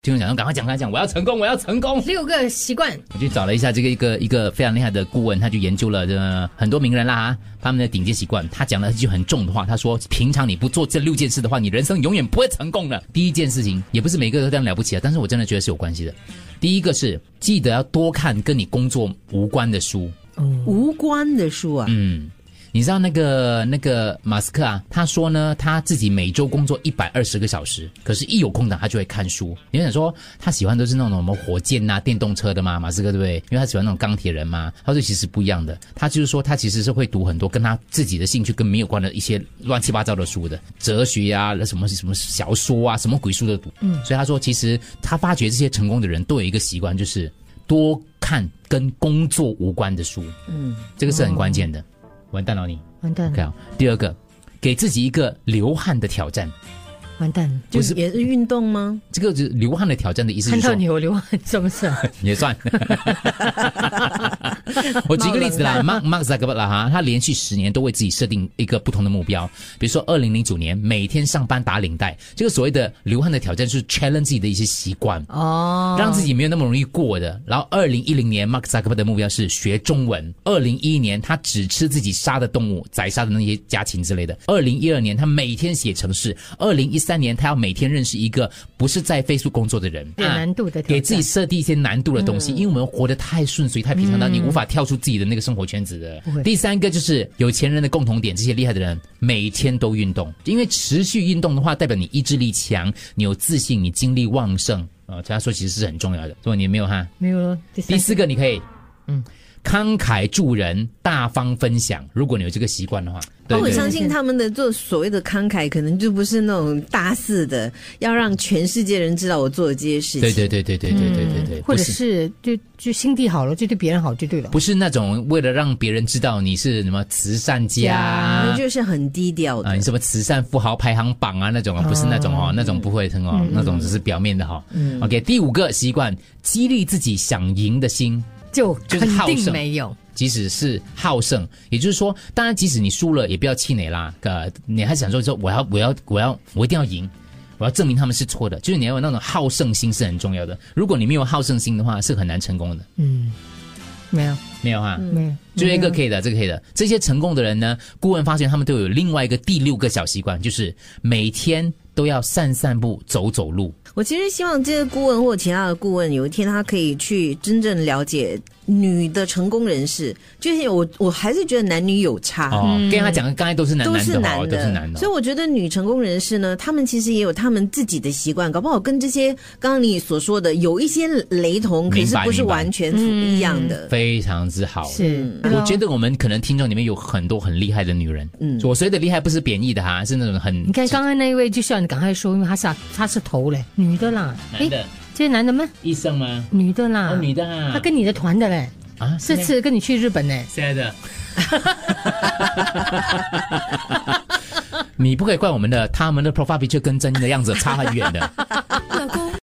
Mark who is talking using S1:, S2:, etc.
S1: 听众讲说赶快讲，赶快讲，我要成功，我要成功。
S2: 六个习惯，
S1: 我去找了一下这个一个一个非常厉害的顾问，他就研究了这很多名人啦，他们的顶尖习惯。他讲了一句很重的话，他说：平常你不做这六件事的话，你人生永远不会成功的。 第一件事情也不是每个都这样了不起啊，但是我真的觉得是有关系的。第一个是记得要多看跟你工作无关的书。
S3: 无关的书啊，
S1: 嗯，你知道那个那个马斯克啊，他说呢，他自己每周工作一百二十个小时，可是一有空档他就会看书。你想说他喜欢都是那种什么火箭呐、电动车的嘛，马斯克对不对？因为他喜欢那种钢铁人嘛。他说其实不一样的，他就是说他其实是会读很多跟他自己的兴趣跟没有关的一些乱七八糟的书的，哲学啊，什么什么小说啊，什么鬼书都读。嗯，所以他说其实他发觉这些成功的人都有一个习惯，就是多看跟工作无关的书。这个是很关键的。完蛋了你
S2: 嗯完蛋
S1: ，OK 啊好。第二个，给自己一个流汗的挑战。
S2: 完蛋，
S3: 就
S1: 不
S3: 是
S1: 是
S3: 也是运动吗？
S1: 这个就是流汗的挑战的意思，
S2: 看
S1: 是
S2: 到
S1: 说
S2: 你我流汗，是不是？
S1: 也算。 我举个例子啦
S2: 冒
S1: ，Mark Mark Zuckerberg 啦哈，他连续十年都为自己设定一个不同的目标，比如说二零零九年每天上班打领带，这个所谓的流汗的挑战就是 challenge 自己的一些习惯。
S2: 哦，
S1: 让自己没有那么容易过的。然后，二零一零年，Mark Zuckerberg 的目标是学中文。二零一一年，他只吃自己杀的动物，宰杀的那些家禽之类的。二零一二年，他每天写程式。二零一三年，他要每天认识一个不是在飞速工作的人。
S2: 有难度的挑战
S1: 给自己设定一些难度的东西，因为我们活得太顺遂、太平常到你无法跳出自己的那个生活圈子的
S2: 不会。
S1: 第三个就是有钱人的共同点，这些厉害的人每天都运动，因为持续运动的话，代表你意志力强，你有自信，你精力旺盛。啊，他说其实是很重要的，所以你没有哈。
S2: 没有了。第三
S1: 第四个你可以，嗯，慷慨助人，大方分享。如果你有这个习惯的话，对
S3: 那我
S1: 对
S3: 相
S1: 对。
S3: 信他们的做所谓的慷慨，可能就不是那种大肆的，要让全世界人知道我做的这些事情。
S1: 对啊对对对对对对对对，
S2: 嗯或
S1: 不
S2: 者
S1: 是
S2: 是就就心地好了，就对别人好就对了。
S1: 不是那种为了让别人知道你是什么慈善家，
S3: 那就是很低调的。
S1: 啊，你什么慈善富豪排行榜啊那种啊，不是那种哦，那种不会成哦，那种只是表面的哈、OK，第五个习惯，激励自己想赢的心。
S2: 就
S1: 就
S2: 肯
S1: 是好
S2: 定
S1: 胜
S2: 没有。
S1: 即使是好胜，也就是说，当然，即使你输了，也不要气馁啦。呃，你还想说说我要我要我要我一定要赢，我要证明他们是错的。就是你要有那种好胜心是很重要的。如果你没有好胜心的话，是很难成功的。
S2: 嗯，没有，
S1: 没有哈、啊
S3: 嗯
S2: 没有。
S1: 最后一个可以的，这个可以的。这些成功的人呢，顾问发现他们都有另外一个第六个小习惯，就是每天都要散散步、走走路。
S3: 我其实希望这些顾问或其他的顾问，有一天他可以去真正了解女的成功人士。就是我，我还是觉得男女有差。
S1: 哦，跟他讲的刚才都是男
S3: 啊都
S1: 男
S3: 是
S1: 的
S3: 男
S1: 哦，都是男的
S3: 所以
S1: 哦。
S3: 我觉得女成功人士呢，她们其实也有她们自己的习惯，搞不好跟这些刚刚你所说的有一些雷同，可
S1: 明
S3: 是
S1: 白
S3: 不是
S1: 明白
S3: 完全一样的。
S1: 非常之好，
S2: 是，
S1: 嗯我觉得我们可能听众里面有很多很厉害的女人，嗯，我所谓的厉害不是贬义的哈，是那种很
S2: 你看刚刚那一位，就像你赶快说，因为他是他是头嘞，女的啦，
S1: 男的
S2: 诶，这是男的吗？
S1: 医生吗？
S2: 女的啦，
S1: 哦，女的啊，
S2: 他跟你的团的嘞，
S1: 啊，
S2: 这
S1: 是
S2: 次跟你去日本嘞，
S1: 谁来的？ 你不可以怪我们的，他们的 profile picture 跟真的样子差很远的。